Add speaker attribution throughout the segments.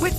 Speaker 1: With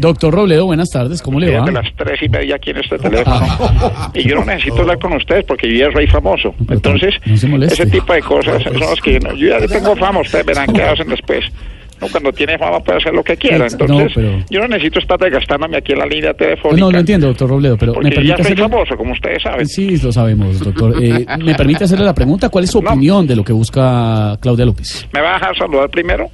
Speaker 2: Doctor Robledo, buenas tardes, ¿cómo le va? Ah.
Speaker 3: Desde las tres y media aquí en este teléfono. Y yo no necesito hablar con ustedes porque yo ya soy famoso. Entonces,
Speaker 2: no se moleste. pues.
Speaker 3: ese tipo de cosas son las que yo, yo ya le tengo fama, ustedes verán qué hacen después. No, cuando tiene fama puede hacer lo que quiera.
Speaker 2: Exacto,
Speaker 3: Entonces,
Speaker 2: no, pero-
Speaker 3: yo no necesito estar desgastándome aquí en la línea telefónica.
Speaker 2: No, lo entiendo, doctor Robledo, pero
Speaker 3: Porque
Speaker 2: ¿me
Speaker 3: ya
Speaker 2: permite
Speaker 3: soy
Speaker 2: hacerle...
Speaker 3: famoso, como ustedes saben.
Speaker 2: Sí, lo sabemos, doctor. Eh, ¿Me permite hacerle la pregunta? ¿Cuál es su
Speaker 3: No.
Speaker 2: opinión de lo que busca Claudia López?
Speaker 3: ¿Me va a dejar saludar primero?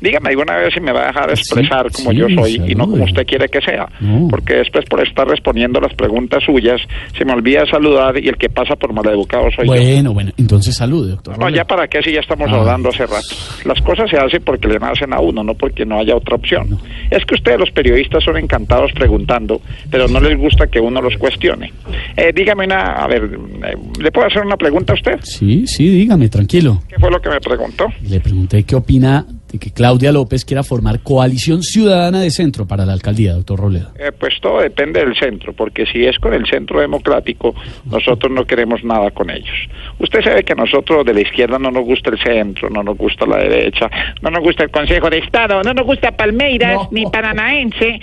Speaker 3: Dígame alguna vez si me va a dejar expresar como
Speaker 2: sí,
Speaker 3: yo soy y no
Speaker 2: salude.
Speaker 3: como usted quiere que sea.
Speaker 2: No.
Speaker 3: Porque después por estar respondiendo las preguntas suyas se me olvida saludar y el que pasa por maleducado soy yo.
Speaker 2: Bueno, bueno, entonces salude, doctor.
Speaker 3: No,
Speaker 2: Robledo.
Speaker 3: ya para qué si ya estamos
Speaker 2: Ah.
Speaker 3: hablando hace rato. Las cosas se hacen porque le nacen a uno, no porque no haya otra opción. Es que ustedes los periodistas son encantados preguntando, pero no les gusta que uno los cuestione. Eh, dígame una, a ver, eh, ¿le puedo hacer una pregunta a usted?
Speaker 2: Sí, sí, dígame, tranquilo.
Speaker 3: ¿Qué fue lo que me preguntó?
Speaker 2: Le pregunté qué opina de que Claudia López quiera formar coalición ciudadana de centro para la alcaldía, doctor Robledo.
Speaker 3: Eh, pues todo depende del centro, porque si es con el centro democrático, nosotros no queremos nada con ellos. Usted sabe que a nosotros de la izquierda no nos gusta el centro, no nos gusta la derecha, no nos gusta el Consejo de Estado, no nos gusta Palmeiras ni Paranaense.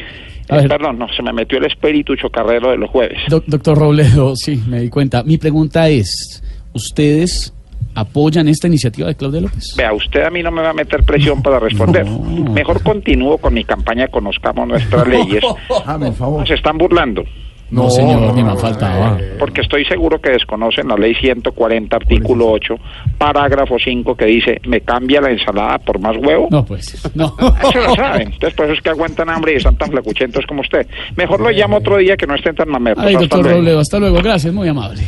Speaker 2: A
Speaker 3: Eh,
Speaker 2: ver.
Speaker 3: perdón, no, se me metió el espíritu chocarrero de los jueves.
Speaker 2: Doc- doctor Robledo, sí, me di cuenta. Mi pregunta es, ¿ustedes apoyan esta iniciativa de Claudia López?
Speaker 3: Vea, usted a mí no me va a meter presión para responder.
Speaker 2: No.
Speaker 3: Mejor continúo con mi campaña Conozcamos Nuestras Leyes.
Speaker 4: Ah, por favor.
Speaker 3: Se están burlando.
Speaker 2: No, señor, ni me faltaba.
Speaker 3: porque estoy seguro que desconocen la ley 140, artículo 8, parágrafo 5, que dice, me cambia la ensalada por más huevo.
Speaker 2: No, pues, no.
Speaker 3: Eso lo saben. Entonces, por eso es que aguantan hambre y están tan flacuchentos como usted. Mejor lo llamo otro día que no estén tan mamertos.
Speaker 2: Ay,
Speaker 3: Hasta
Speaker 2: doctor
Speaker 3: luego.
Speaker 2: Robledo, hasta luego. Gracias, muy amable.